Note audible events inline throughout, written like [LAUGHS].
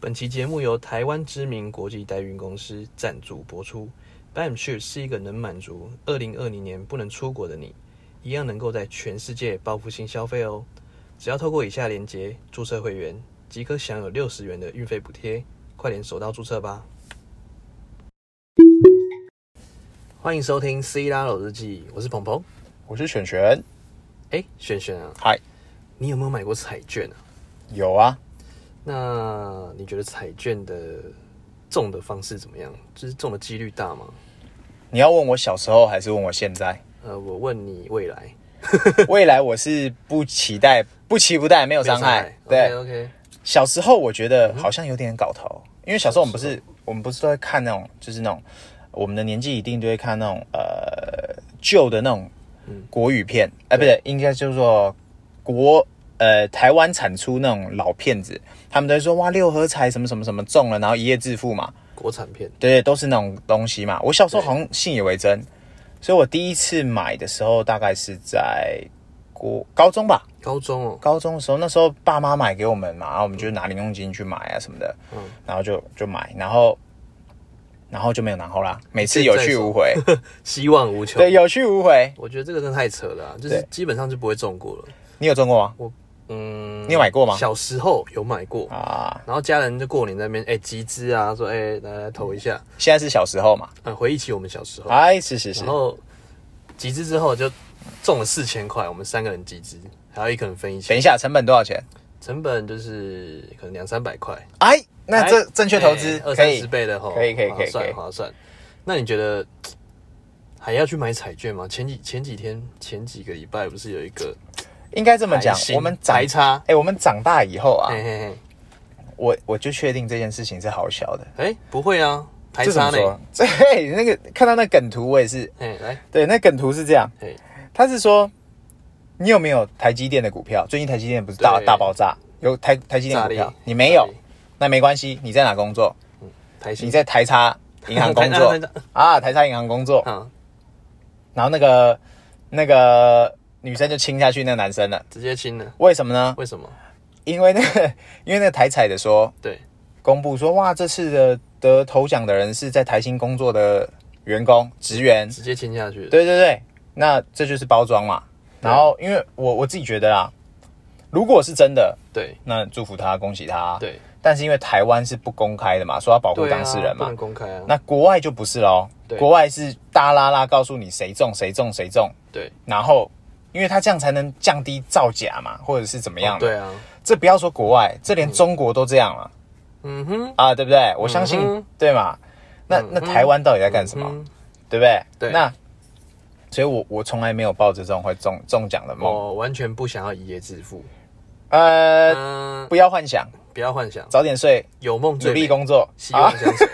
本期节目由台湾知名国际代运公司赞助播出。BAMSHIP 是一个能满足2020年不能出国的你，一样能够在全世界报复性消费哦。只要透过以下链接注册会员，即可享有六十元的运费补贴。快点手到注册吧！欢迎收听《C 拉老日记》，我是鹏鹏。我是璇璇，哎，璇璇啊，嗨，你有没有买过彩券啊？有啊，那你觉得彩券的中的方式怎么样？就是中的几率大吗？你要问我小时候还是问我现 [LAUGHS] 在？呃，我问你未来未来我是不期待，不期不待，没有伤害。对 o k 小时候我觉得好像有点搞头，因为小时候我们不是我们不是都会看那种，就是那种我们的年纪一定都会看那种呃旧的那种国语片，哎、嗯不对，应该就是说国呃台湾产出那种老片子，他们都会说哇六合彩什么什么什么中了，然后一夜致富嘛。国产片，对，都是那种东西嘛。我小时候好像信以为真，所以我第一次买的时候大概是在国高中吧，高中哦，高中的时候，那时候爸妈买给我们嘛，然后我们就拿零用金去买啊什么的，嗯然后就就买，然后然后就没有然后啦，每次有去无回，希望无穷。 [LAUGHS] 对，有去无回。我觉得这个真的太扯了啊、就是对基本上就不会中过了。你有中过吗？嗯，你有买过吗？小时候有买过，啊，然后家人就过年在那边哎、集资啊，说哎、来来投一下，现在是小时候嘛，呃，回忆起我们小时候，哎，是是是然，后集资之后就中了四千块，我们三个人集资，还有一个人分一等千一，下，成本多少钱？成本就是可能两三百块。哎，那这哎正确投资哎二可三以十倍的吼，可以可以可划以算可以划算。那你觉得还要去买彩券吗？前几前几天前几个礼拜不是有一个应该这么讲台，新我们长台差？哎、我们长大以后啊，嘿嘿嘿，我我就确定这件事情是好笑的。哎、不会啊，台这怎差么呢？说？ [LAUGHS] 这嘿那个看到那梗图，我也是哎、来，对，那梗图是这样，哎、他是说你有没有台积电的股票？最近台积电不是大对大爆炸，有台台积电炸股票裂，你没有炸裂，那没关系，你在哪工作？台新你在台差银行 [LAUGHS] 工台作差台啊，台差银行工作。啊，然后那个那个女生就亲下去那个男生了，直接清了，为什么呢？为什么？因为那个 [LAUGHS] 因为那个台彩的说对，公布说，哇，这次的得头奖的人是在台新工作的员工职员。直接清下去了。对对对，那这就是包装嘛。然后，因为我我自己觉得啦，如果是真的，对那祝福他，恭喜他。，对但是因为台湾是不公开的嘛，说要保护对啊，啊当事人不嘛能，公开啊。那国外就不是喽对。国外是大拉拉告诉你谁中谁中谁中，对，然后因为他这样才能降低造假嘛，或者是怎么样哦的。对嗯啊，这不要说国外，这连中国都这样啊了。嗯哼，啊，对不对？我相信、嗯哼对嘛？那那台湾到底在干什么？嗯对不对？对那所以我，我从来没有抱着这种会中中奖的梦。我完全不想要一夜致富。呃，嗯、不要幻想，不要幻想，早点睡，有梦努最力美，工作。啊希望相随。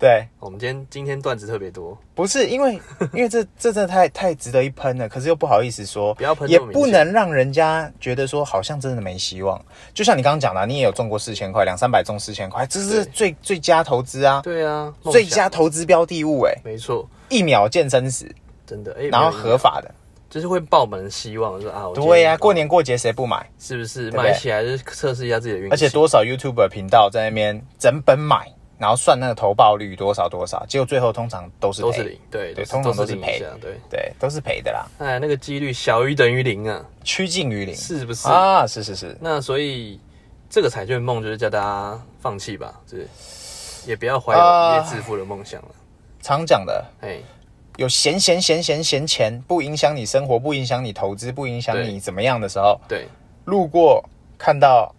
对，我们今天今天段子特别多，不是因为因为这这真的太太值得一喷了，可是又不好意思说，不要喷也那么明不显能让人家觉得说好像真的没希望。就像你刚刚讲的，啊你也有中过四千块，两三百中四千块，这是对最最佳投资啊，对啊，梦最想佳投资标的物哎、没错，一秒见生死，真的哎，然后没有合法的。就是会爆满希望，说啊，我今天对呀、过年过节谁不买？是不是对买起来就是测试一下自己的运气，而且多少 YouTube 频道在那边整本买，然后算那个投报率多少多少，结果最后通常都是都是赔零，对哎对都通常都都是零赔一下，对，对，都是赔的啦，哎，那个几率小于等于零啊，趋近于零是不是？啊，是是是，那所以这个彩券梦就是叫大家放弃吧，就是也不要怀啊有一夜致富的梦想了，常讲的。哎，有闲闲闲闲闲钱，不影响你生活，不影响你投资，不影响对你怎么样的时候，对，路过看到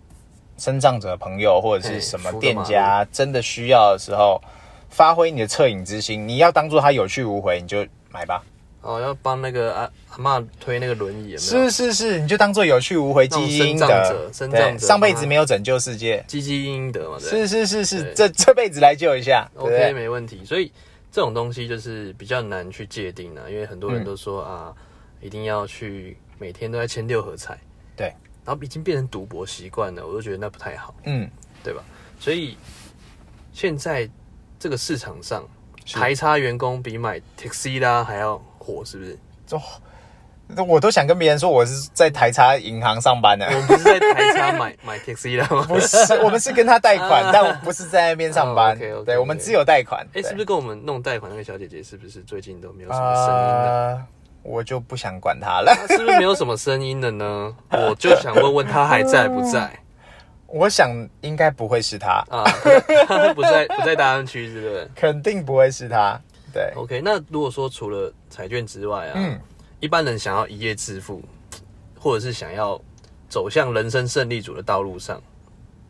身障者朋友或者嘿是什么扶着店家真的需要的时候，发挥你的恻隐之心，你要当做他有去无回，你就买吧。哦，要帮那个阿阿嬷推那个轮椅，有没有？是是是，你就当做有去无回基因那种的，生长者生对长者上辈子没有拯救世界，积积阴德嘛，对。是是是是对，这这辈子来救一下，对不 OK，对？没问题。所以这种东西就是比较难去界定啊，因为很多人都说、嗯啊，一定要去每天都在签六合彩，对，然后已经变成赌博习惯了，我就觉得那不太好，嗯，对吧？所以现在这个市场上，是台差员工比买 Texila 还要火，是不是？哦，我都想跟别人说我是在台差银行上班的我，们不是在台差 [LAUGHS] 买买 taxi 的吗？不是，我们是跟他 [LAUGHS] 贷款，但我不是在那边上啊班。 ，OK，OK，OK 对，我们只有贷款。哎、对是不是跟我们弄贷款那个小姐姐，是不是最近都没有什么声音了？啊、我就不想管他了。 [LAUGHS] 她是不是没有什么声音了呢？我就想问问她还在不在我想应该不会是他，啊？ [LAUGHS] 不在，不在大安区，是不是肯定不会是他。对， ？OK，那如果说除了彩券之外啊，嗯一般人想要一夜致富，或者是想要走向人生胜利组的道路上，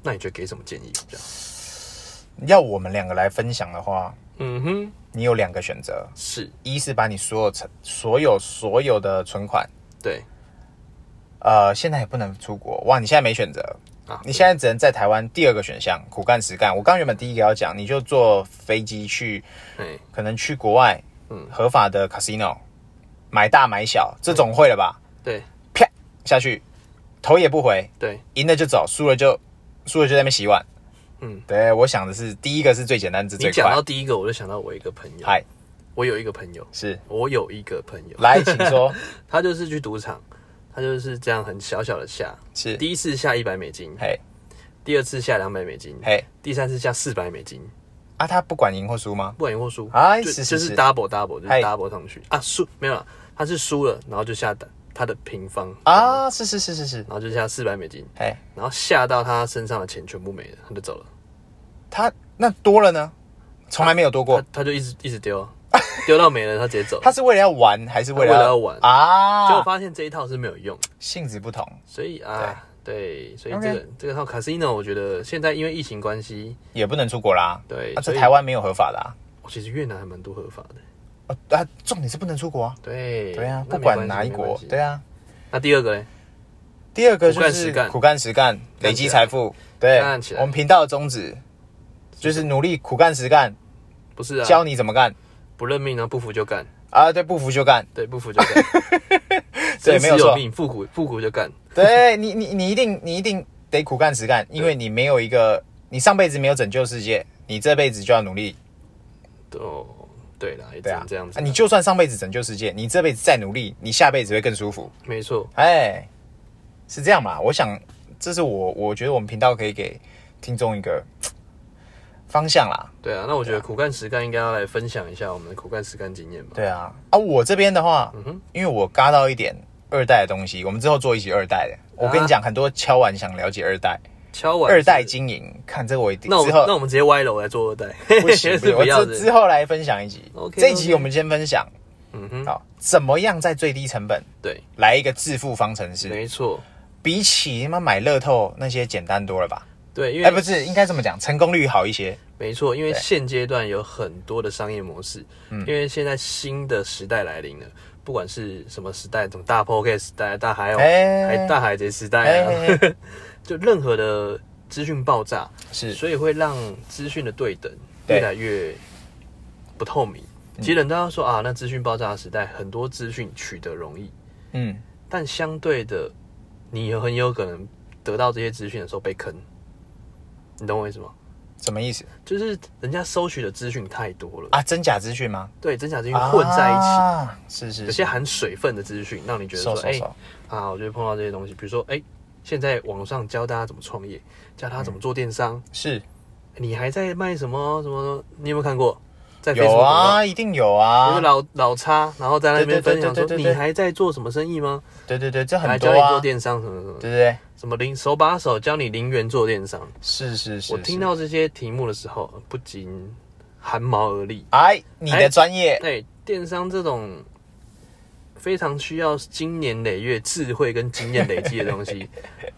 那你觉得给什么建议？这样要我们两个来分享的话，嗯哼，你有两个选择，是一是把你所有存、所有、所有的存款，对呃，现在也不能出国，哇，你现在没选择，啊，你现在只能在台湾。第二个选项，苦干实干。我刚原本第一个要讲，你就坐飞机去，哎可能去国外，嗯合法的 casino，买大买小，这总会了吧？对啪下去，头也不回，对，赢了就走，输了就输了就在那边洗碗。嗯，对，我想的是第一个是最简单，是你最讲快到。第一个，我就想到我一个朋友，嗨，嗯我有一个朋友，是我有一个朋友，来，请 [LAUGHS] 说，他就是去赌场，他就是这样很小小的下，是，第一次下一百美金，嘿，第二次下两百美金，嘿，第三次下四百美金，啊，他不管赢或输吗？不管赢或输，哎就是就是是是哎 double double 就是嘿 double 上去啊，输没有了，他是输了，然后就下他的平方，啊，是是是是是，哎然后就下四百美金，嘿，然后下到他身上的钱全部没了，他就走了，他那多了呢，从来没有多过他。他就一直一直丢啊，丢到没了他直接 [LAUGHS] 走，他是为了要玩还是为了他为了要玩结果啊？发现这一套是没有用。性质不同，所以啊，对，所以这 OK 个这个套 casino，我觉得现在因为疫情关系，也不能出国啦。对啊，所在以台湾没有合法的啊。哦其实越南还蛮多合法的。哦啊，重点是不能出国啊。对，对啊，那不没管关系哪一没关国系。对啊。那第二个嘞，第二个就苦干实是干苦干实干，累积财富。对干起，来我们频道的宗旨就是努力苦干实干，不是啊，教你怎么干不认命啊，不服就干，啊。对，不服就干。对，不服就干， [LAUGHS] 生，对死没有错。命，复古复古就干， [LAUGHS] 对你，你你一定你一定得苦干实干，因为你没有一个，你上辈子没有拯救世界，你这辈子就要努力哦，对啦，也只对啊能，这样子啊啦，你就算上辈子拯救世界，你这辈子再努力，你下辈子会更舒服。没错，哎，是这样嘛？我想，这是我我觉得我们频道可以给听众一个嘖方向啦。对啊。那我觉得苦干实干应该要来分享一下我们的苦干实干经验吧。对啊，啊，我这边的话，嗯哼因为我嘎到一点二代的东西，我们之后做一集二代的。我跟你讲，很多敲完想了解二代，敲完二代是经营，看这个我一定那我之们后那我们直接歪楼来做二代，不行，[LAUGHS] 是不行，不我要之之的。后来分享一集。 OK，OK 这一集我们先分享，嗯哼，好，怎么样在最低成本对，来一个致富方程式？没错，比起他妈买乐透那些简单多了吧？对，因哎，不为是，应该这么讲，成功率好一些。没错，因为现阶段有很多的商业模式，嗯因为现在新的时代来临了，不管是什么时代，什么大 p o c a s t 时代、大海哎海大海贼时代啊，哎，就任何的资讯爆炸，是所以会让资讯的对等对越来越不透明。其实人都要说啊，那资讯爆炸的时代，很多资讯取得容易，嗯，但相对的，你也很有可能得到这些资讯的时候被坑，你懂我意思吗？什么意思就是人家收取的资讯太多了，啊？真假资讯吗？对真假资讯混在一起，啊、是是有是些，含水分的资讯，让你觉得收说，收哎、收，啊，我就碰到这些东西，比如说，哎、现在网上教大家怎么创业，教他怎么做电商，是你还在卖什么什么？你有没有看过？在 Facebook 有广啊，一定有告，有啊个，老老叉，然后在那边对分对对享说对对你对还在做什么生意吗？对对对，这来很多教你做啊，对电商什么什么对对，什么零手把手教你零元做电商。是是是，我听是，到这些题目的时候，不禁汗毛而立。哎，你哎的专业哎，电商这种非常需要经年累月智慧跟经验累积的东 [LAUGHS] 西，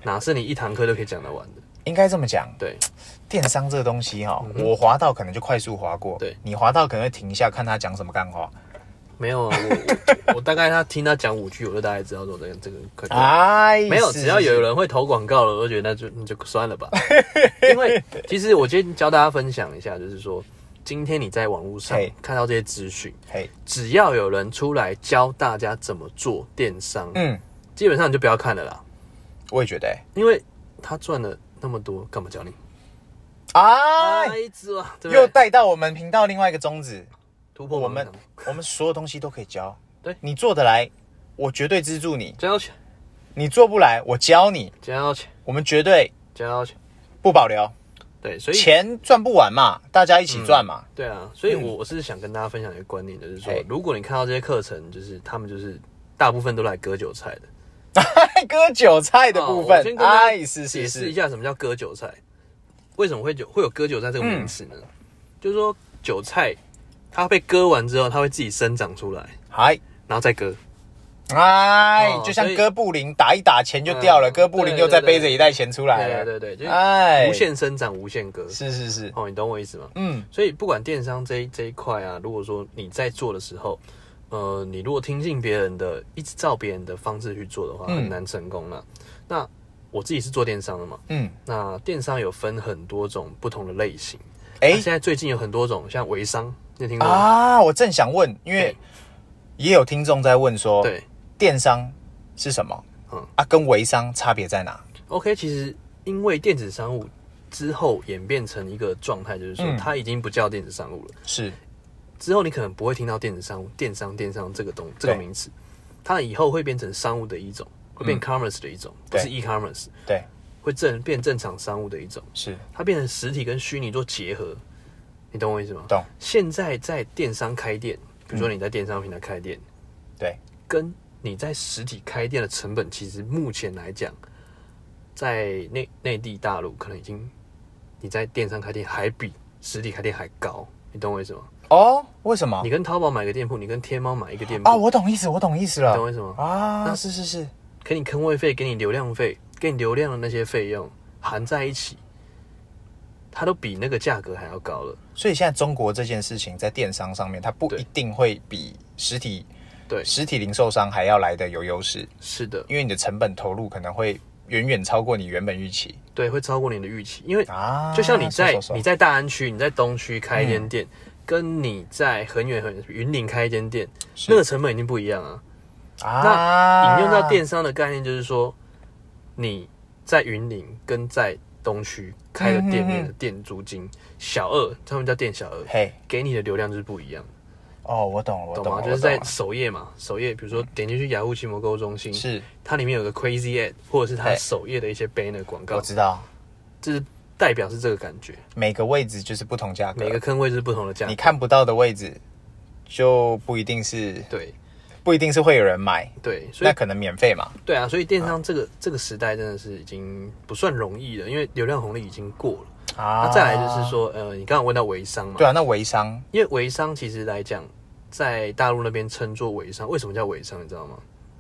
哪是你一堂课就可以讲得完的？应该这么讲，对，电商这个东西哈、我滑到可能就快速滑过，嗯对你滑到可能会停一下看他讲什么干话没有啊，我 [LAUGHS] 我我大概他听他讲五句，我就大概知道说这个这个可以。哎，没有，是只要有，是人会投广告了，我就觉得那就那就算了吧。 [LAUGHS] 因为其实我今天教大家分享一下，就是说，今天你在网络上嘿看到这些资讯，是嘿，只要有人出来教大家怎么做电商，嗯，基本上你就不要看了啦，我也觉得、欸，因为他赚了那么多，干嘛教你？哎，哎，子啊，对又不对？带到我们频道另外一个宗旨，突破我盲们肠，我们所有东西都可以教，对你做得来，我绝对资助你，交钱，你做不来我教你，交钱，我们绝对交钱。不保留，对，所以钱赚不完嘛，大家一起赚嘛。对啊，所以我我是想跟大家分享一个观念，就是说嘿，如果你看到这些课程，就是他们就是大部分都来割韭菜的。 [LAUGHS] 割韭菜的嗯哦部我先分，跟大哎，家是解是释一是，下什么叫割韭菜，为什么会有会有割韭菜这个名词嗯呢？就是说韭菜它被割完之后，它会自己生长出来，嗨然后再割。哎哦，就所像以哥布林打一打钱就掉了，嗯哥布林对又再对对背着一袋钱出来对了，对对，就是哎，无，限生长，无限割。是是是，哦，你懂我意思吗？嗯，所以不管电商这一这一块啊，如果说你在做的时候，呃，你如果听进别人的，一直照别人的方式去做的话，嗯很难成功了、那我自己是做电商的嘛，嗯，那电商有分很多种不同的类型。那哎现在最近有很多种，像微商，你有听过吗？啊，我正想问，因为嗯对也有听众在问说，对电商是什么？嗯啊，跟微商差别在哪？ ，OK，其实因为电子商务之后演变成一个状态，就是说、嗯它已经不叫电子商务了。是之后你可能不会听到电子商务、电商、电商这个东这个对名词，它以后会变成商务的一种，会变嗯 commerce 的一种，不对是 e commerce，对，会正变正常商务的一种，是它变成实体跟虚拟做结合，你懂我意思吗？懂，嗯现在在电商开店，比如说你在电商平台开店，对，跟你在实体开店的成本，其实目前来讲，在内内地大陆可能已经你在电商开店还比实体开店还高，你懂我意思吗？哦，为什么你？跟淘宝买个店铺，你跟天猫买一个店铺，啊，我懂意思，我懂意思了，懂我意思吗啊，是是是，给你坑位费，给你流量费，给你流量的那些费用含在一起，它都比那个价格还要高了。所以现在中国这件事情在电商上面，它不对一定会比实体对，实体零售商还要来的有优势，是的，因为你的成本投入可能会远远超过你原本预期对，会超过你的预期，因为啊。就像你在说说说你在大安区，你在东区开一嗯间店，跟你在很远很远云林开一间店，是那个成本已经不一样啊。啊引用到电商的概念，就是说你在云林跟在东区开的店面嗯嗯嗯的店租金，小二他们叫店小二，嘿，给你的流量就是不一样，哦，我懂了，我懂懂吗？了，就是我懂在了嗯首页嘛，首页比如说点进去雅虎奇摩购物中心，是，它里面有个 Crazy Ad，或者是它嘿首页的一些 banner 广告我，知道这是代表是这个感觉，每个位置就是不同价格每，个坑位是不同的价格你。看不到的位置就不一定是对不一定是会有人买，对，所以那可能免费嘛。对啊，所以电商这个、这个时代真的是已经不算容易了，因为流量红利已经过了。那、啊再来就是，说，呃，你刚刚有问到微商嘛，对啊，那微商因为微商其实来讲，在大陆那边称作微商，为什么叫微商？你知道吗？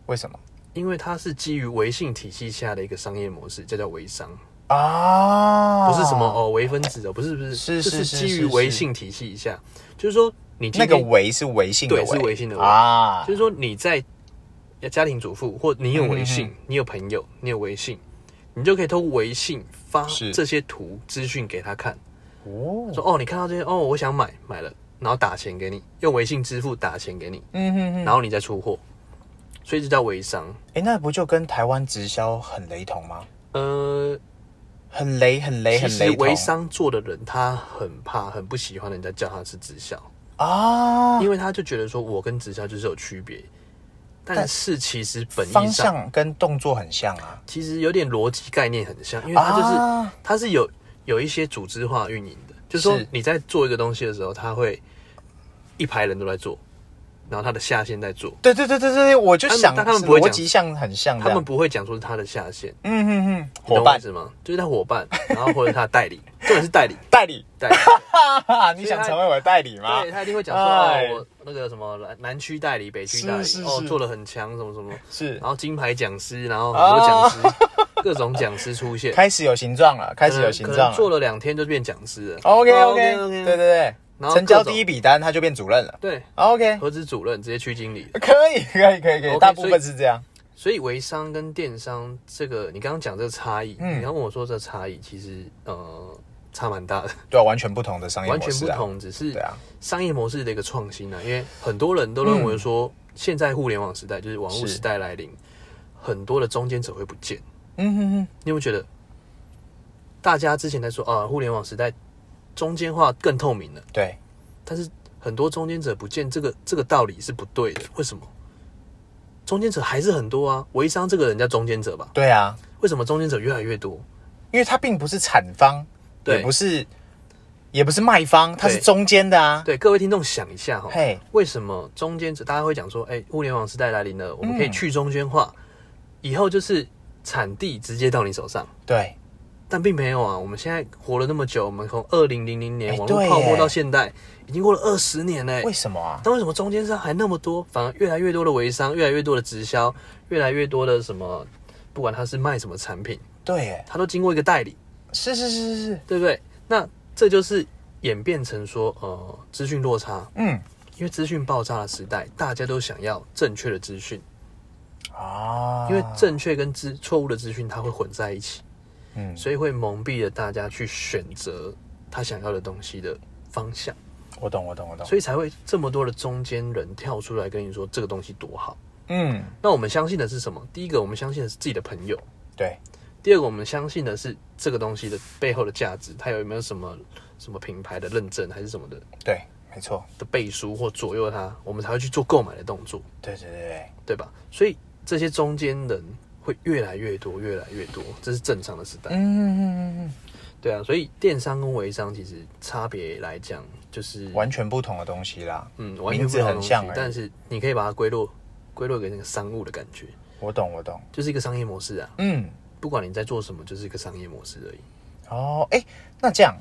为什么因为它是基于微信体系下的一个商业模式，这叫微商，啊？不是什么哦微分子的，不是不是，是这是是基于是微是信体系下，就是说你今那天个微是微信的微，对是微信的微啊就，是说你在家庭主妇，或你有微信，嗯嗯你有朋友，你有微信，你就可以通过微信发是这些图资讯给他看，哦，说哦，你看到这些哦，我想买，买了，然后打钱给你，用微信支付打钱给你，嗯哼哼，然后你再出货，所以这叫微商。哎，那不就跟台湾直销很雷同吗？呃，很雷，很雷，其哎很实雷同微商做的人，他很怕、很不喜欢人家叫他是直销，啊，因为他就觉得说我跟直销就是有区别，但但是其实本方意上向跟动作很像啊，其实有点逻辑概念很像，因为它就是、啊它是有有一些组织化运营的，就是说是你在做一个东西的时候，它会一排人都在做，然后它的下线在做，对对对对对，我就他们想但他们是不会逻讲辑像很像这他样，们不会讲说是他的下线，嗯哼哼，你懂伙我意伴思吗？就是他伙伴，然后或者他的代理， [LAUGHS] 重点是代理，代理，代 [LAUGHS] 理，哈哈，你想成为我的代理吗对？他一定会讲说啊哎哦，我那个什么南南区代理、北区代理，是是哦是做的很强，什么什么，是啊然，后金牌讲师，然后很多讲师， [LAUGHS] 各种讲师出现。开始有形状了，开始有形嗯可能状做了。了哦两天就变讲师了。 OK OK OK，OK 对对对然后，成各交种第一笔单他就变主任了。对， OK，合资主任直接区经理。可以可以可以可 OK，以，大部所分以是这样。所以微商跟电商这个，你刚刚讲这个差异，嗯你要问我说这个差异，其实呃差蛮大 [LAUGHS] 的，对啊，完全不同的商业完模全式不啊。同，只是对啊，商业模式的一个创新啊。因为很多人都认为说，现在互联网时代就是网络嗯是时代来临，很多的中间者会不见。嗯哼哼，你有没有觉得，大家之前在说啊，互联网时代中间化更透明了，对，但是很多中间者不见，这个这个道理是不对的。为什么？中间者还是很多啊。微商这个人叫中间者吧？对啊，为什么中间者越来越多？因为它并不是产方，对也不是也不是卖方，它是对中间的啊。对，各位听众想一下哈，嘿，为什么中间者大家会讲说，哎、物联网时代来临了，我们可以嗯去中间化，以后就是产地直接到你手上。对，但并没有啊，我们现在活了那么久，我们从二零零零年哎网络对泡沫耶到现在，已经过了二十年嘞、为什么啊？那为什么中间商还那么多？反而越来越多的微商，越来越多的直销，越来越多的什么，不管他是卖什么产品，对耶，他都经过一个代理，是是是是是，对不对？那这就是演变成说，呃，资讯落差，嗯因为资讯爆炸的时代，大家都想要正确的资讯，啊，因为正确跟资错误的资讯它会混在一起，嗯，所以会蒙蔽了大家去选择他想要的东西的方向，我懂我懂我懂，所以才会这么多的中间人跳出来跟你说这个东西多好。嗯，那我们相信的是什么？第一个，我们相信的是自己的朋友；对，第二个，我们相信的是这个东西的背后的价值，它有没有什么什么品牌的认证还是什么的对，没错，的背书或左右它，我们才会去做购买的动作，对对对对，对吧？所以这些中间人会越来越多，越来越多，这是正常的时代，嗯嗯嗯对啊。所以电商跟微商其实差别来讲，就是嗯，完全不同的东西啦。嗯完全不名同字的很东西像而已，但是你可以把它归落归落给那个商务的感觉，我懂我懂，就是一个商业模式啊。嗯，不管你在做什么，就是一个商业模式而已。哦，哎，那这样。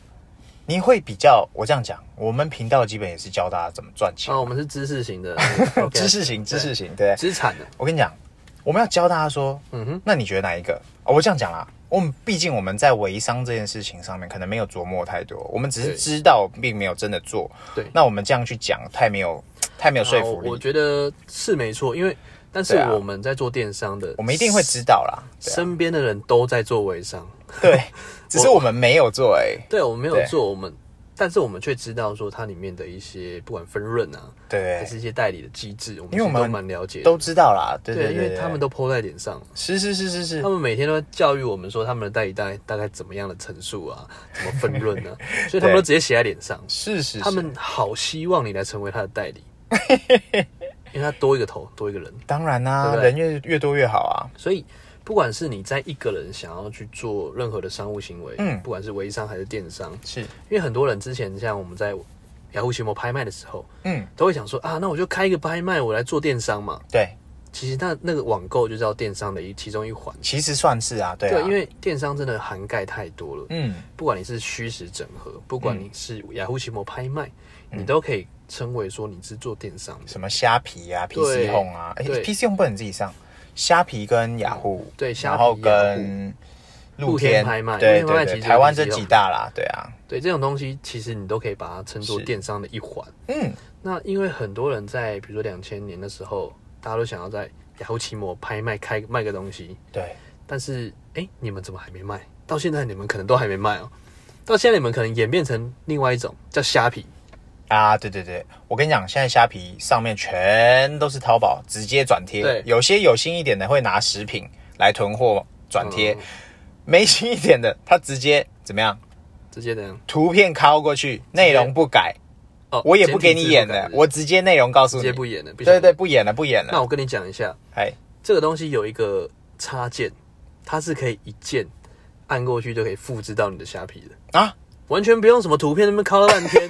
你会比较，我这样讲，我们频道基本也是教大家怎么赚钱啊，，我们是知识 [LAUGHS] 型的，嗯 OK 知识型，知识型，对，资产的，啊我跟你讲，我们要教大家说，嗯哼，那你觉得哪一个？哦、我这样讲啦，我们毕竟我们在微商这件事情上面可能没有琢磨太多，我们只是对知道，并没有真的做。对那我们这样去讲，太没有太没有说啊服我我力。觉得是没错，因为但是对啊我们在做电商的，我们一定会知道啦，对啊身边的人都在做微商， [LAUGHS] 对，只是我们没有做哎、欸，对我们没有对做，我们但是我们却知道说它里面的一些不管分润啊，还对，是一些代理的机制，我们因为我其实们都蛮了解的，都知道啦，对对，对因为他们都都抛在脸上了。是是是是是他，们每天都在教育我们说他们的代理大概大概怎么样的陈述啊，怎么分润 [LAUGHS] 啊，所以他们都直接写在脸上。是是他们好希望你来成为他的代 [LAUGHS] 理，因为他多一个头，多一个人。当然啦、对不对人越越多越好啊，所以，不管是你在一个人想要去做任何的商务行为，嗯不管是微商还是电商，是，因为很多人之前像我们在雅虎奇摩拍卖的时候，嗯，都会想说啊，那我就开一个拍卖，我来做电商嘛。对，其实那那个网购就叫电商的一其中一环。其实算是啊，对啊，对，因为电商真的涵盖太多了，嗯，不管你是虚实整合，不管你是雅虎奇摩拍卖，嗯你都可以称为说你是做电商的。什么虾皮啊、对 PC Home 啊，哎对嗯，PC Home 不能自己上，虾皮跟雅虎，对虾皮然后跟露露天天拍卖对露天拍卖对其实对，就是台湾这 PC 几大啦，对啊，对，这种东西其实你都可以把它称作是电商的一环。嗯，那因为很多人在比如说两千年的时候，大家都想要在雅虎奇摩拍卖开卖个东西，对，但是哎、诶你们怎么还没卖？到现在你们可能都还没卖哦。到现在你们可能演变成另外一种叫虾皮，啊，对对对，我跟你讲，现在虾皮上面全都是淘宝直接转对贴，有些有心一点的会拿食品来囤货转哦贴，没心一点的他直接怎么样，直接怎样？图片拷过去，内容不改，哦，我也不给你演简体字了，不改我直接内容告诉直你，接不演了。不想对对，演。不演了，不演那了，我跟你讲一下，哎，这个东西有一个插件，它是可以一键按过去就可以复制到你的虾皮的，啊。完全不用什么图片那边拷了半 [LAUGHS] 天，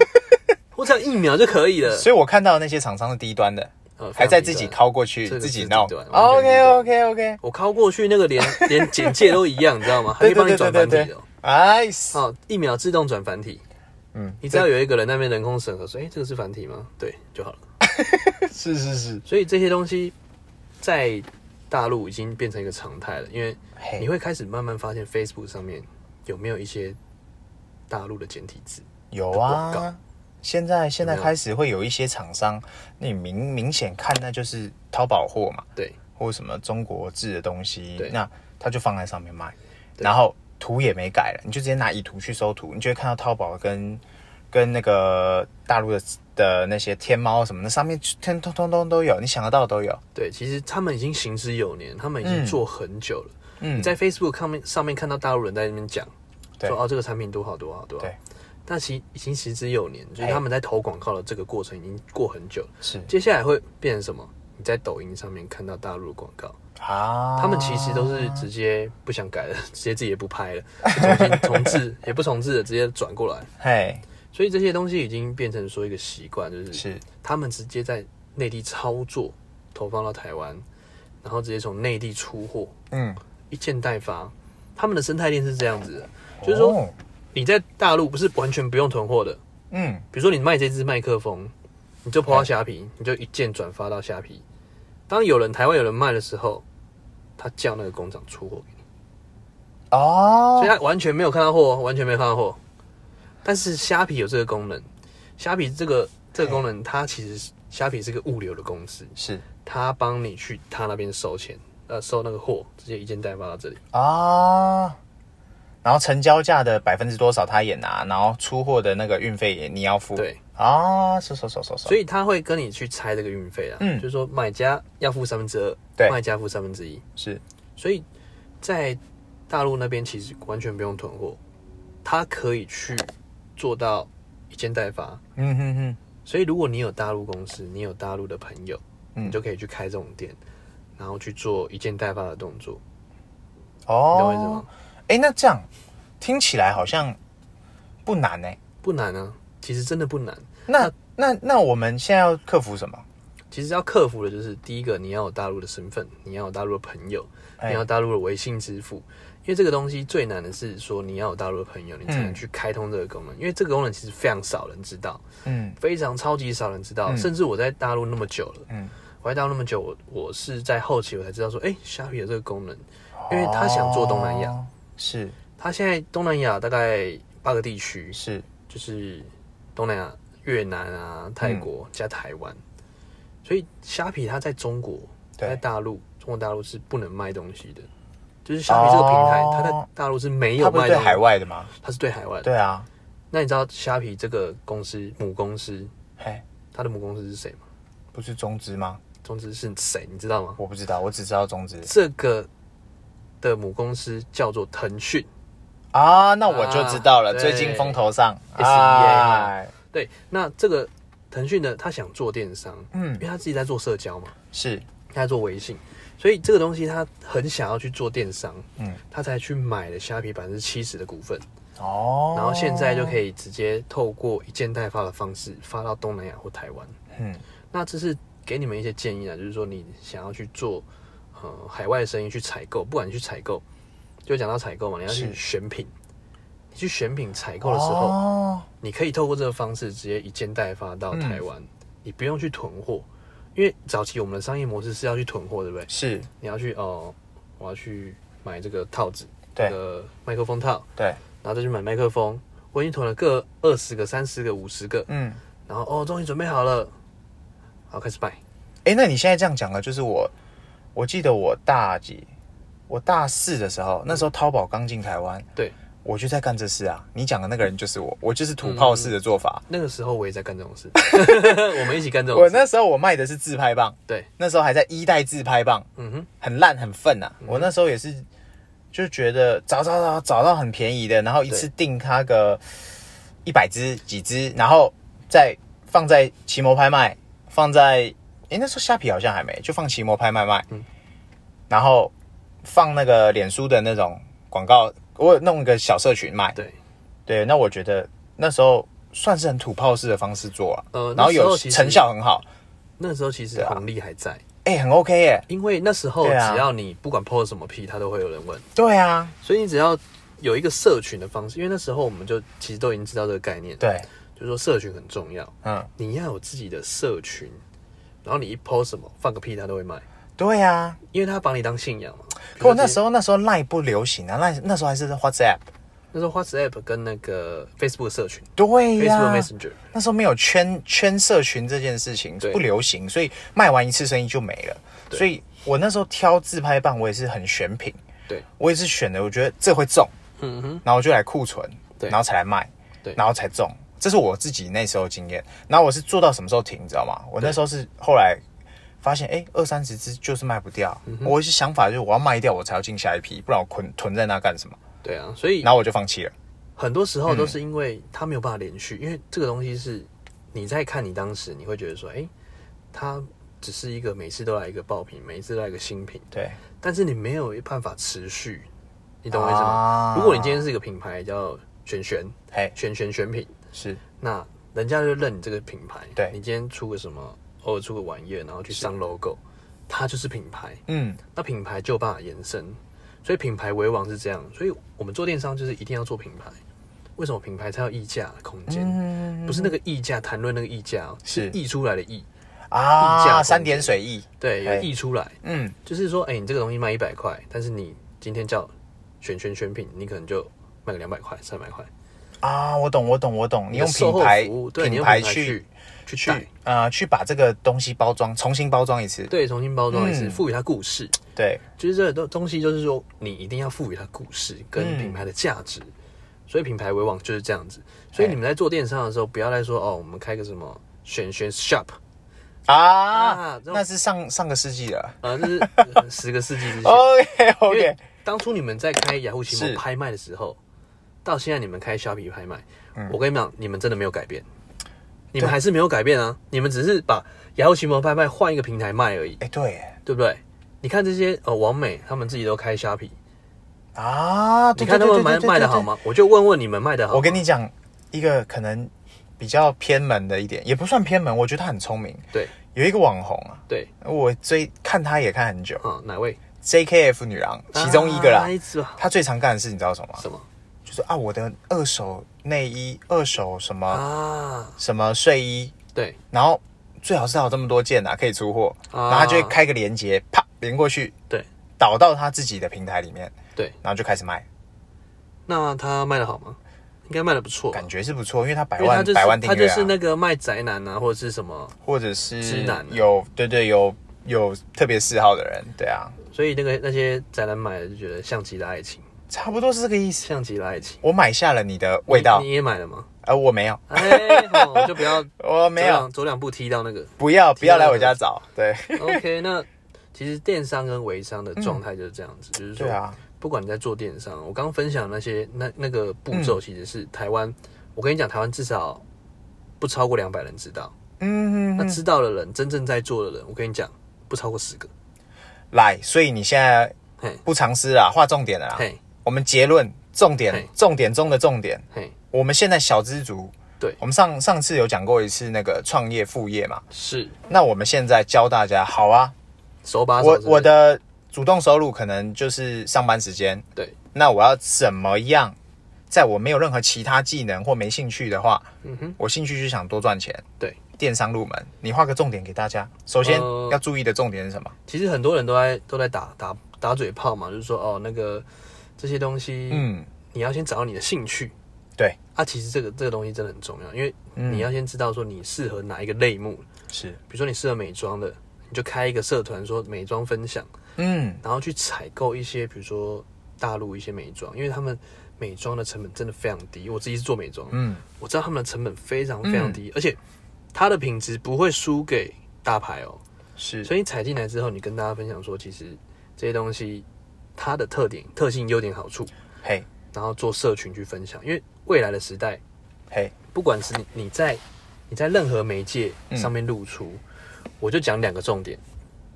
我只要一秒就可以了。所以我看到的那些厂商是低端的，呃还在自己，非常拷过去这个是自己弄低端。完全低 OK 端 OK OK，我拷过去那个连连简介都一样，你知道吗？还可以帮你转繁体对的哦、哎，哦，一秒自动转繁体。嗯，你只要有一个人那边人工审核说，哎、这个是繁体吗？对，就好了。是是是，所以这些东西在大陆已经变成一个常态了，因为嘿哎你会开始慢慢发现 Facebook 上面有没有一些大陆的简体字。有广告啊。现在现在有没有开始会有一些厂商，你明明显看那就是淘宝货嘛，对，或什么中国制的东西对，那他就放在上面卖，然后图也没改了，你就直接拿以图去搜图，你就会看到淘宝跟跟那个大陆的的那些天猫什么的，上面通通通通都有，你想得到的都有。对，其实他们已经行之有年，他们已经嗯做很久了。嗯你，在 Facebook 上面上面看到大陆人在那边讲，对说哦这个产品多好多好多好对，但其已经行之有年，就是哎他们在投广告的这个过程已经过很久了。是接下来会变成什么？你在抖音上面看到大陆的广告，啊，他们其实都是直接不想改了， [LAUGHS] 直接自己也不拍了，就重新重置， [LAUGHS] 也不重置了，直接转过来。嘿所以这些东西已经变成说一个习惯，就是是他们直接在内地操作，投放到台湾，然后直接从内地出货，嗯，一件代发。他们的生态链是这样子的，就是说哦你在大陆不是完全不用囤货的，嗯比如说你卖这支麦克风，你就抛到虾哎皮，你就一键转发到虾皮。当有人台湾有人卖的时候，他叫那个工厂出货给你，所哦以，他完全没有看到货，哦完全没有看到货。但是虾皮有这个功能，虾皮这个这个功哎能，它其实是虾皮是个物流的公司，是它帮你去他那边收钱，呃，收那个货，直接一件代发到这里。啊。然后成交价的百分之多少他也拿，然后出货的那个运费也你要付。对啊，收收收收收。所以他会跟你去拆这个运费啊，嗯就是说买家要付三分之二，对卖家付三分之一。是所以在大陆那边其实完全不用囤货，它可以去做到一件代发。嗯哼哼，所以如果你有大陆公司，你有大陆的朋友，嗯你就可以去开这种店，然后去做一件代发的动作，哦，你懂我意思吗？哎，那这样听起来好像不难呢、不难啊，其实真的不难。那那那我们现在要克服什么？其实要克服的就是第一个，你要有大陆的身份，你要有大陆的朋友，哎你要有大陆的微信支付。因为这个东西最难的是说你要有大陆的朋友，你才能嗯去开通这个功能。因为这个功能其实非常少人知道，嗯非常超级少人知道，嗯甚至我在大陆那么久了，嗯，我在大陆那么久，我我是在后期我才知道说，哎、虾皮有这个功能，因为他想做东南亚，哦是他现在东南亚大概八个地区，是就是东南亚、越南啊、泰国、嗯加台湾，所以虾皮它在中国，对在大陆，中国大陆是不能卖东西的，就是虾皮这个平台，哦它在大陆是没他有不卖是东对西海，外的吗？它是对海外的。对啊，那你知道虾皮这个公司母公司，嘿，它的母公司是谁吗？不是中资吗？中资是谁？你知道吗？我不知道，我只知道中资这个的母公司叫做腾讯。啊，那我就知道了。啊最近风头上 SEA 嘛哎对，那这个腾讯呢，他想做电商，嗯因为他自己在做社交嘛，是他在做微信，所以这个东西他很想要去做电商，嗯他才去买了虾皮百分之七十的股份，哦，然后现在就可以直接透过一件代发的方式发到东南亚或台湾。嗯那这是给你们一些建议啊，就是说你想要去做呃海外的生意去采购，不管你去采购，就讲到采购嘛，你要去是选品，你去选品采购的时候。哦嗯你可以透过这个方式直接一件代发到台湾，你不用去囤货，因为早期我们的商业模式是要去囤货，对不对？是你要去哦、我要去买这个套子，对这个麦克风套，对，然后再去买麦克风。我已经囤了各二十个、三十个、五十个，嗯，然后哦，终于准备好了，好开始卖。哎、那你现在这样讲了，就是我，我记得我大几，我大四的时嗯候，那时候淘宝刚进台湾，对，我就在干这事啊。你讲的那个人就是我，我就是嗯土炮式的做法。那个时候我也在干这种 [LAUGHS] 事，我们一起干这种我事。那时候我卖的是自拍棒，对，那时候还在一代自拍棒，嗯哼，嗯很烂很愤啊。我那时候也是，就觉得找找找找到很便宜的，然后一次订它个一百只几只，然后再放在奇摩拍卖，放在诶那时候虾皮好像还没，就放奇摩拍卖卖，嗯然后放那个脸书的那种广告，我有弄一个小社群卖。对，对，那我觉得那时候算是很土炮式的方式做啊，呃然那后时有候其实成效很好，那时候其实啊红利还在，哎、很 OK 耶。因为那时候对啊只要你不管 PO 什么屁，他都会有人问。对啊，所以你只要有一个社群的方式，因为那时候我们就其实都已经知道这个概念，，对，就是说社群很重要，嗯，你要有自己的社群，然后你一 PO 什么放个屁他都会卖，对啊。因为他把你当信仰嘛。可我那时候候那时候 Line 不流行啊，那那时候还是 WhatsApp。那时候花 a p p 跟那个 Facebook 社群、对 f a 呀、 c e b o o k Messenger，那时候没有圈圈社群这件事情对不流行，所以卖完一次生意就没了。所以我那时候挑自拍棒，我也是很选品，对，我也是选的，我觉得这会中，嗯哼，然后我就来库存，对然后才来卖，对然后才中。这是我自己那时候经验。然后我是做到什么时候停，你知道吗？我那时候是后来发现，哎，二三十只就是卖不掉。嗯我一些想法就是我要卖掉，我才要进下一批，不然我囤囤在那干什么？对啊，所以然后我就放弃了。很多时嗯候都是因为他没有办法连续，因为这个东西是你在看你当时，你会觉得说，哎、他只是一个每次都来一个爆品，每一次都来一个新品，对，但是你没有办法持续，你懂我意思吗？啊如果你今天是一个品牌叫选选嘿，选选选品，是那人家就认你这个品牌。对你今天出个什么，偶尔出个玩意儿，然后去上 logo，它就是品牌。嗯，那品牌就有办法延伸，所以品牌为王是这样。所以我们做电商就是一定要做品牌。为什么品牌才有溢价空间？不是那个溢价，谈论那个溢价哦，嗯是溢出来的溢。溢价空啊，间三点水意，对，哎有溢出来，嗯，就是说，哎、你这个东西卖一百块，但是你今天叫选选选品，你可能就卖个两百块、三百块。啊，我懂，我懂，我懂，你用的售品后牌服务，对，你用牌品牌去去带去呃去把这个东西包装，重新包装一次，对，重新包装一次，嗯赋予它故事。对就是这个东东西，就是说你一定要赋予它故事嗯跟品牌的价值，所以品牌为王就是这样子。所以哎你们在做电商的时候，不要再说哦，我们开个什么选选 shop 啊啊，这种那是上上个世纪了。啊，这 [LAUGHS] 是呃十个世纪之前。 OK 因为哦 OK，当初你们在开雅虎奇摩是拍卖的时候，到现在你们开虾皮拍卖，嗯我跟你们讲，你们真的没有改变，你们还是没有改变啊，你们只是把雅虎奇摩拍卖换一个平台卖而已，哎对耶对不对？你看这些呃网美，他们自己都开虾皮，啊，你对看他们卖卖的好？对对对对对对吗？我就问问你们卖的好吗，我跟你讲，一个可能比较偏门的一点，也不算偏门，我觉得他很聪明。对有一个网红啊，对，我追看他也看很久啊哪位？ ，JKF 女郎其中一个啦啊。一只吧她最常干的事，你知道什么吗？什么就是啊，我的二手内衣、二手什么、啊？什么睡衣，对，然后最好是有这么多件啊，可以出货，啊然后他就会开个链接，啪连过去，对，导到他自己的平台里面，对，然后就开始卖，那他卖的好吗？应该卖的不错吧，感觉是不错，因为他百因为他万、就是百万订他阅就啊，是那个卖宅男啊，或者是什么，或者直是男啊的有对对有有特别嗜好的人，对啊，所以那个那些宅男买了就觉得像极了爱情，差不多是这个意思。像极了爱情。我买下了你的味道你，你也买了 [LAUGHS] 吗？而我没有，哎，好我就不要我没走有，两走两步踢到那个。不要不要啊提到来那我个家找，对 OK，那其实电商跟微商的状态就是这样 [LAUGHS] 子，就是说对，啊，不管你在做电商，我刚刚分享的那些那那个步嗯骤，其实是台湾，我跟你讲，台湾至少不超过两百人知道，嗯，那知道的人，真正在做的人，我跟你讲，不超过十个。来，所以你现在嘿，不藏私啦，划重点了啦。嘿，我们结论，重点嘿，重点中的重点。嘿，我们现在小资族，对我们上上次有讲过一次那个创业副业嘛，是那我们现在教大家，好啊，手把手我是不是我的主动收入可能就是上班时间，对，那我要怎么样，在我没有任何其他技能或没兴趣的话，嗯哼，我兴趣是想多赚钱，对，电商入门，你画个重点给大家。首先、呃要注意的重点是什么？其实很多人都在都在打打打嘴炮嘛，就是说哦，那个这些东西，嗯，你要先找到你的兴趣。对，嗯啊，其实这个这个东西真的很重要，因为你要先知道说你适合哪一个类目，是，比如说你适合美妆的，你就开一个社团说美妆分享，嗯，然后去采购一些，比如说大陆一些美妆，因为他们美妆的成本真的非常低。我自己是做美妆，嗯，我知道他们的成本非常非常低，而且它的品质不会输给大牌哦。是，所以你采进来之后，你跟大家分享说，其实这些东西它的特点、特性、优点、好处，嘿，然后做社群去分享，因为未来的时代嘿，不管是你你在你在任何媒介上面露出，我就讲两个重点。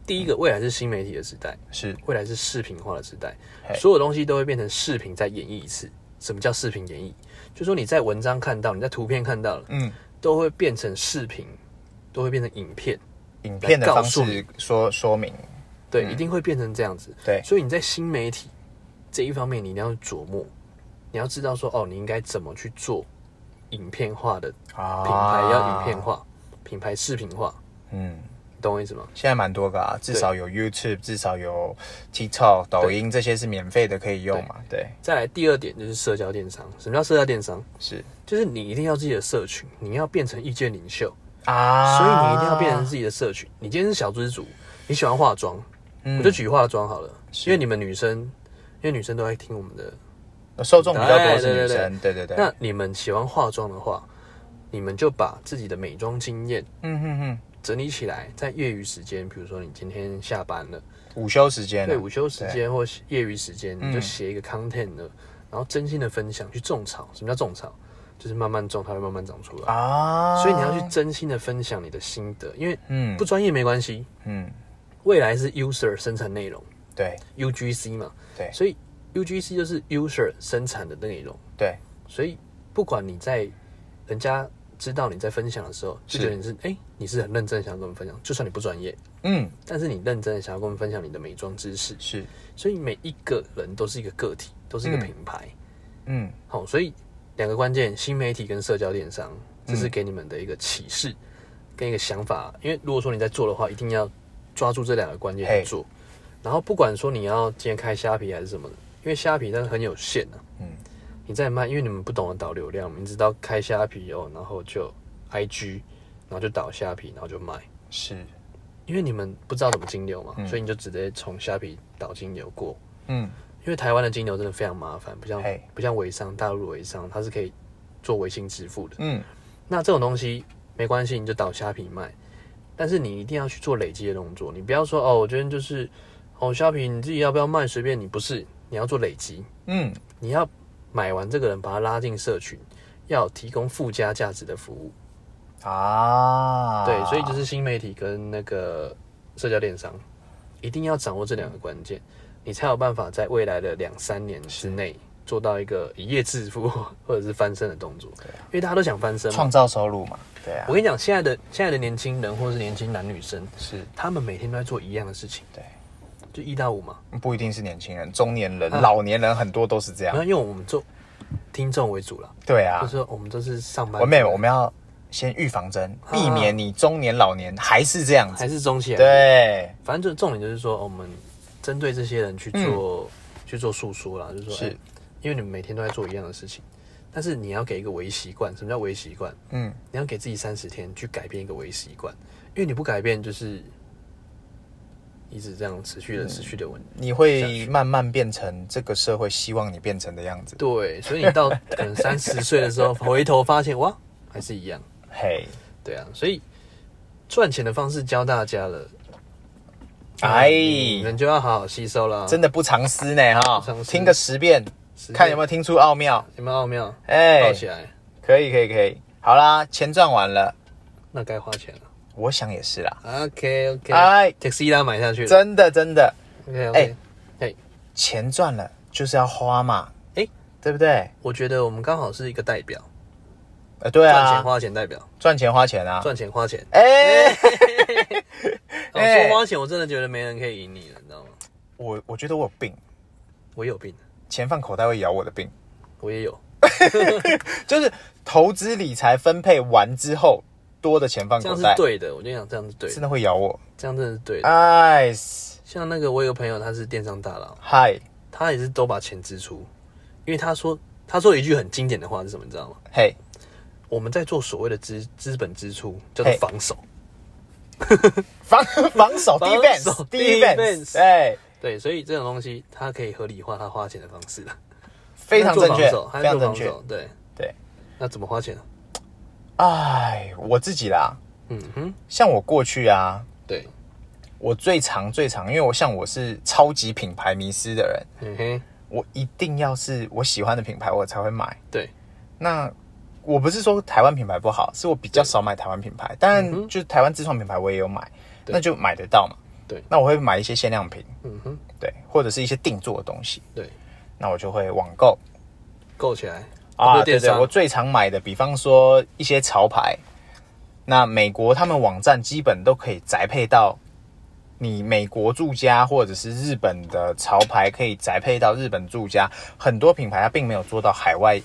第一个，未来是新媒体的时代，是，未来是视频化的时代嘿，所有东西都会变成视频再演绎一次。什么叫视频演绎？就说你在文章看到，你在图片看到了，嗯，都会变成视频，都会变成影片，影片的来告方诉你式说说明，对，一定会变成这样子。对所以你在新媒体这一方面，你一定要琢磨，你要知道说，哦，你应该怎么去做影片化的啊品牌要影片化，品牌视频化，嗯，你懂我意思吗？现在蛮多个啊，至少有 YouTube，至少有 TikTok、抖音这些是免费的可以用嘛？对，再来第二点就是社交电商。什么叫社交电商？是就是你一定要自己的社群，你要变成意见领袖，啊，所以你一定要变成自己的社群。你今天是小资主，你喜欢化妆，嗯我就举化妆好了，因为你们女生，因为女生都在听我们的，受众比较多是对女对对生，对对对，那你们喜欢化妆的话，你们就把自己的美妆经验嗯哼哼，整理起来，在业余时间，比如说你今天下班了。午休时间啊，嗯对，午休时间或嗯业余时间，你就写一个 content 的，然后真心的分享去种草。什么叫种草？就是慢慢种，它会慢慢长出来。啊，所以你要去真心的分享你的心得，因为嗯不专业没关系，嗯，未来是 user 生产内容对 UGC 嘛，对所以 UGC 就是 user 生产的内容，对所以不管你在人家知道你在分享的时候，就觉得你是哎、你是很认真地想要跟我们分享，就算你不专业，嗯但是你认真的想要跟我们分享你的美妆知识，是所以每一个人都是一个个体，都是一个嗯品牌。嗯好、所以两个关键，新媒体跟社交电商，这嗯是给你们的一个启示、跟一个想法。因为如果说你在做的话，一定要抓住这两个关键嘿去做。然后不管说你要今天开虾皮还是什么的，因为虾皮但是很有限啊。嗯，你在卖，因为你们不懂得导流量，你知道开虾皮哦，然后就 IG，然后就导虾皮，然后就卖。是因为你们不知道怎么金流嘛，所以你就直接从虾皮导金流过。嗯因为台湾的金流真的非常麻烦，不像嘿不像微商，大陆微商它是可以做微信支付的。嗯那这种东西没关系，你就倒虾皮卖，但是你一定要去做累积的动作，你不要说哦，我今天就是哦虾皮你自己要不要卖随便你，不是你要做累积，嗯你要买完这个人把他拉进社群，要提供附加价值的服务。啊，对，所以就是新媒体跟那个社交电商，一定要掌握这两个关键，你才有办法在未来的两三年之内做到一个一夜致富 [LAUGHS] 或者是翻身的动作。因为大家都想翻身嘛。啊创造收入嘛，对啊我，跟你讲，现在的现在的年轻人或者是年轻男女生，是他们每天都在做一样的事情，对。就一到五嘛。不一定是年轻人，中年啊人、老年人很多都是这样然。后因为我们做听众为主了，对啊嗯就，是我们都是上班族，我妹，我们要先预防针，避免你中年、老年还是这样子。啊还是中啊期，，对，反正就重点就是说，我们针对这些人去做、去做诉说啦，就是说，嗯是哎因为你们每天都在做一样的事情，但是你要给一个微习惯。什么叫微习惯？嗯，你要给自己三十天去改变一个微习惯，因为你不改变就是一直这样持续嗯的、持续的稳。你会慢慢变成这个社会希望你变成的样子。对，所以你到可能三十岁的时候回头发现，哇，还是一样。嘿，对啊，所以赚钱的方式教大家了，哎，你们就要好好吸收啦。真的不藏私呢哈嗯不藏，私听个十遍，十看有没有听出奥妙。有没有奥妙？抱哎，起来，可以，可以，可以。好啦，钱赚完了，那该花钱了。我想也是啦。 OK OK，哎，Texila 买下去了。真的，真的， OK 哎 OK，哎，钱赚了就是要花嘛，哎对不对？我觉得我们刚好是一个代表，呃，对赚钱啊，花钱代表，赚钱花钱啊，赚钱花钱。哎、我说花钱，我真的觉得没人可以赢你了，你知道吗？我我觉得我有病，我有病，钱放口袋会咬我的病。我也有，就是投资理财分配完之后，多的钱放这样口是袋，对的。我就想这样是对真的，的会咬我。这样真的是对的。哎，像那个我有个朋友，他是电商大佬，嗨，他也是都把钱支出，因为他说他说一句很经典的话是什么，你知道吗？嘿，我们在做所谓的资资本支出叫做嘿防守。防 [LAUGHS] 防守防守 defense，defense， defense 哎，对，所以这种东西它可以合理化他花钱的方式了，非常正他确做防守，非他常做正防确。守，对对。那怎么花钱呢？哎，我自己啦，嗯哼，像我过去啊，对，我最常最常，因为我像我是超级品牌迷失的人，嗯哼，我一定要是我喜欢的品牌，我才会买。对，那我不是说台湾品牌不好，是我比较少买台湾品牌，当然就是台湾自创品牌我也有买，嗯对那就买得到嘛。对那我会买一些限量品，嗯哼，对，或者是一些定做的东西，对，那我就会网购够起来啊。不是对电对，商我最常买的，比方说一些潮牌，那美国他们网站基本都可以宅配到。你美国住家或者是日本的潮牌可以宅配到日本住家，很多品牌它并没有做到海外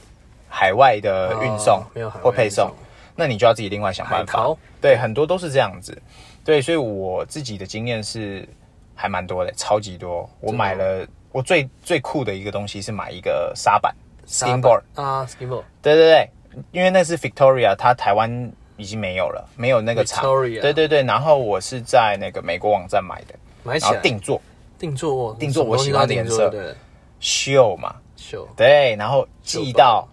海外的运送、哦没有海外或配运送送，那你就要自己另外想海办法。淘，对，很多都是这样子。对，所以我自己的经验是还蛮多的，超级多。我买了，我最最酷的一个东西是买一个沙板 skimboard，啊，skinboard 对对对，因为那是 Victoria，它台湾已经没有了，没有那个厂。 Victoria 对对对，然后我是在那个美国网站买的，买然起后来定做定做，定做什么东西都要定做我喜欢的对，秀嘛，秀对，然后寄到，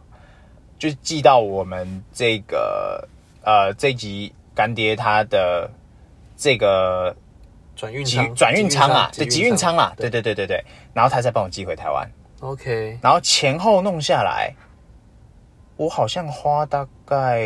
就寄到我们这个呃这集干爹他的这个转运集仓，转运仓啊，对，集运仓啊啊，对对对对对，然后他再帮我寄回台湾， ，OK，然后前后弄下来我好像花大概，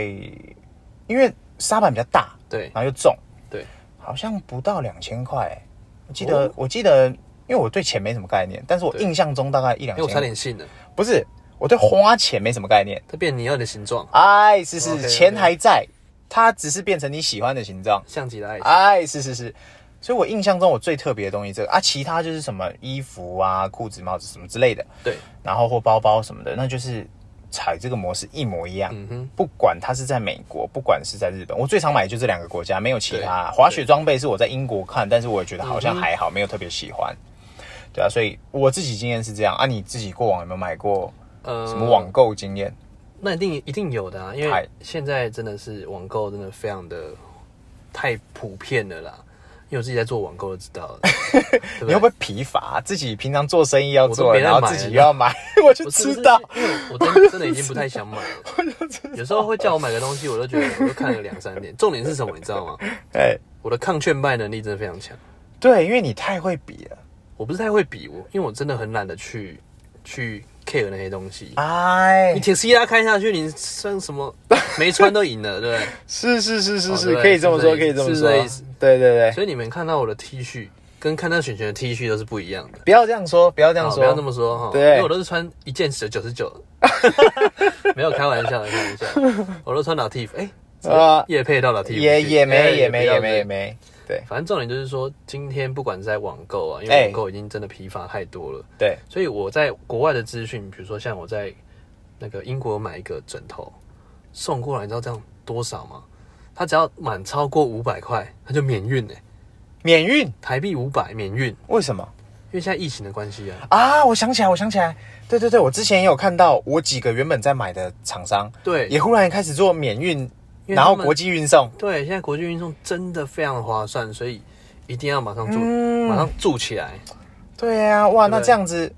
因为沙板比较大，对然后又重，对，好像不到两千块欸。我记得，我记得，因为我对钱没什么概念，但是我对印象中大概一两因为我差千。点信了，不是，我对花钱没什么概念。它变你要的形状，哎，是是， OK，OK 钱还在，它只是变成你喜欢的形状。像极了爱情。哎，是是是，所以我印象中我最特别的东西这个啊，其他就是什么衣服啊、裤子、帽子什么之类的，对，然后或包包什么的，那就是采这个模式一模一样。嗯哼，不管它是在美国，不管是在日本，我最常买的就这两个国家，没有其他。啊滑雪装备是我在英国看，但是我也觉得好嗯像还好，没有特别喜欢。对啊，所以我自己经验是这样啊。你自己过往有没有买过呃，什么网购经验？那一定一定有的啊，因嗨为现在真的是网购真的非常的太普遍了啦。因为我自己在做网购就知道了，对不你对会不会疲乏？自己平常做生意要做我都了，没在然后买自己了又要买， [LAUGHS] 我就不是知道。，不是因为我真真的已经不太想买 [LAUGHS] 了。有时候会叫我买个东西，我都觉得我都看了两三年。重点是什么，你知道吗？哎，我的抗劝败能力真的非常强。对，因为你太会比了。我不是太会比我，因为我真的很懒得去去 care 那些东西。哎你，铁丝拉开下去，你穿什 [LAUGHS] 么没穿都赢了，对不对？是是是是哦是，对可以这么说，是可这以这么是说这意思。对对对，所以你们看到我的 T 恤跟看到选选的 T 恤都是不一样的。不要这样说，不要这样哦说，不要这么说哈，对因为我都是穿一件十九十九， [LAUGHS] 没有开玩笑的，开玩笑，我都穿老 T，哎、啊，也配到老 T，哎也也没也没也没没。也没，对反正重点就是说，今天不管在网购啊，因哎为网购已经真的疲乏太多了，对，所以我在国外的资讯，比如说像我在那个英国买一个枕头送过来，你知道这样多少吗？它只要满超过五百块，它就免运哎、免运台币五百免运，为什么因为现在疫情的关系啊，啊？我想起来，我想起来，对对对，我之前也有看到，我几个原本在买的厂商对，也忽然开始做免运，因为然后他们国际运送，对，现在国际运送真的非常划算，所以一定要马上住，嗯马上住起来。对呀、啊，哇，对不那对这样子，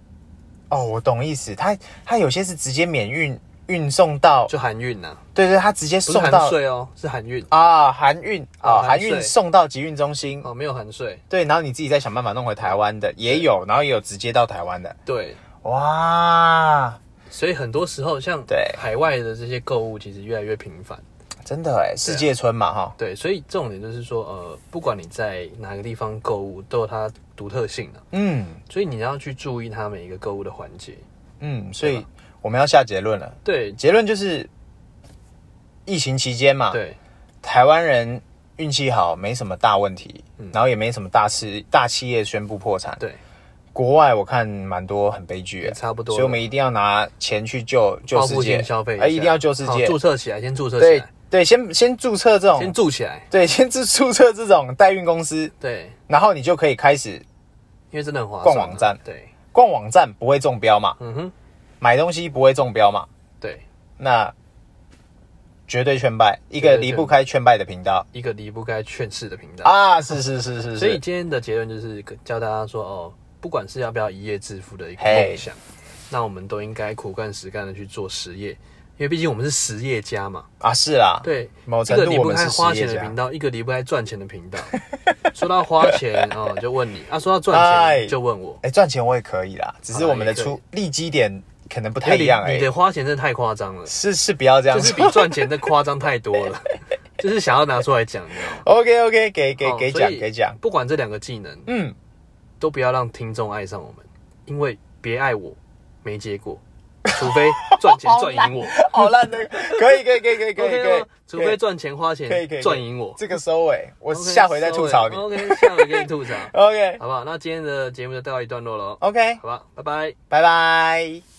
哦，我懂意思，他他有些是直接免运运送到，就含运呐、啊，对对，他直接不是送含到税哦，是含运啊，韩运啊，哦韩韩税运送到集运中心，哦，没有含税。对，然后你自己再想办法弄回台湾的也有，然后也有直接到台湾的，对，哇，所以很多时候像对海外的这些购物，其实越来越频繁。真的哎，世界村嘛哈，对，所以重点就是说，呃，不管你在哪个地方购物，都有它独特性啊，嗯所以你要去注意它每一个购物的环节。嗯，所对以吧我们要下结论了，对，结论就是，疫情期间嘛，对，台湾人运气好，没什么大问题，嗯然后也没什么大事，大企业宣布破产，对，国外我看蛮多很悲剧的，差不多了所以我们一定要拿钱去救救报世复界，性消费下，哎，一定要救世好界，注册起来，先注册起对来，对，先先注册这先种，住起来。对， [LAUGHS] 先注注册这种代运公司，对，然后你就可以开始因为真的很划算、逛啊。网站对，逛网站，不会中标嘛，嗯哼，买东西不会中标嘛，对，那绝对劝败，一绝个对离劝不开劝败的频道一个离不开劝世的频道。啊，是是是是是，所以今天的结论就是教大家说，哦，不管是要不要一夜致富的一个嘿梦想，那我们都应该苦干实干的去做实业，因为毕竟我们是实业家嘛。啊是啦，，对，某一程个度离我不们开是花实钱业的家频，道，一个离不开赚钱的频道。 [LAUGHS] 说到花钱哦，就问你啊；说到赚哎钱，就问我。哎，赚钱我也可以啦，只是好啦我们的啊也可以出立基点可能不因太为一样你哎你，的花钱真的太夸张了，是是不要这样就是子比赚钱的夸张太多了，就是想要拿出来讲，你知道吗？ [LAUGHS] ，OK OK，给给哦给所讲以给讲，不管这两个技能， [LAUGHS] 嗯，都不要让听众爱上我们，因为别爱我没结果，除非赚钱赚赢我。 [LAUGHS] 好烂的，可以可以可以可以可以 OK 可以吗，？除非赚钱花可以可以可钱以赚赢我。这个收尾，我下回再吐槽你 OK，下回给你吐槽， ，OK 好不好？那今天的节目就到一段落喽， OK，好吧，拜拜。拜拜。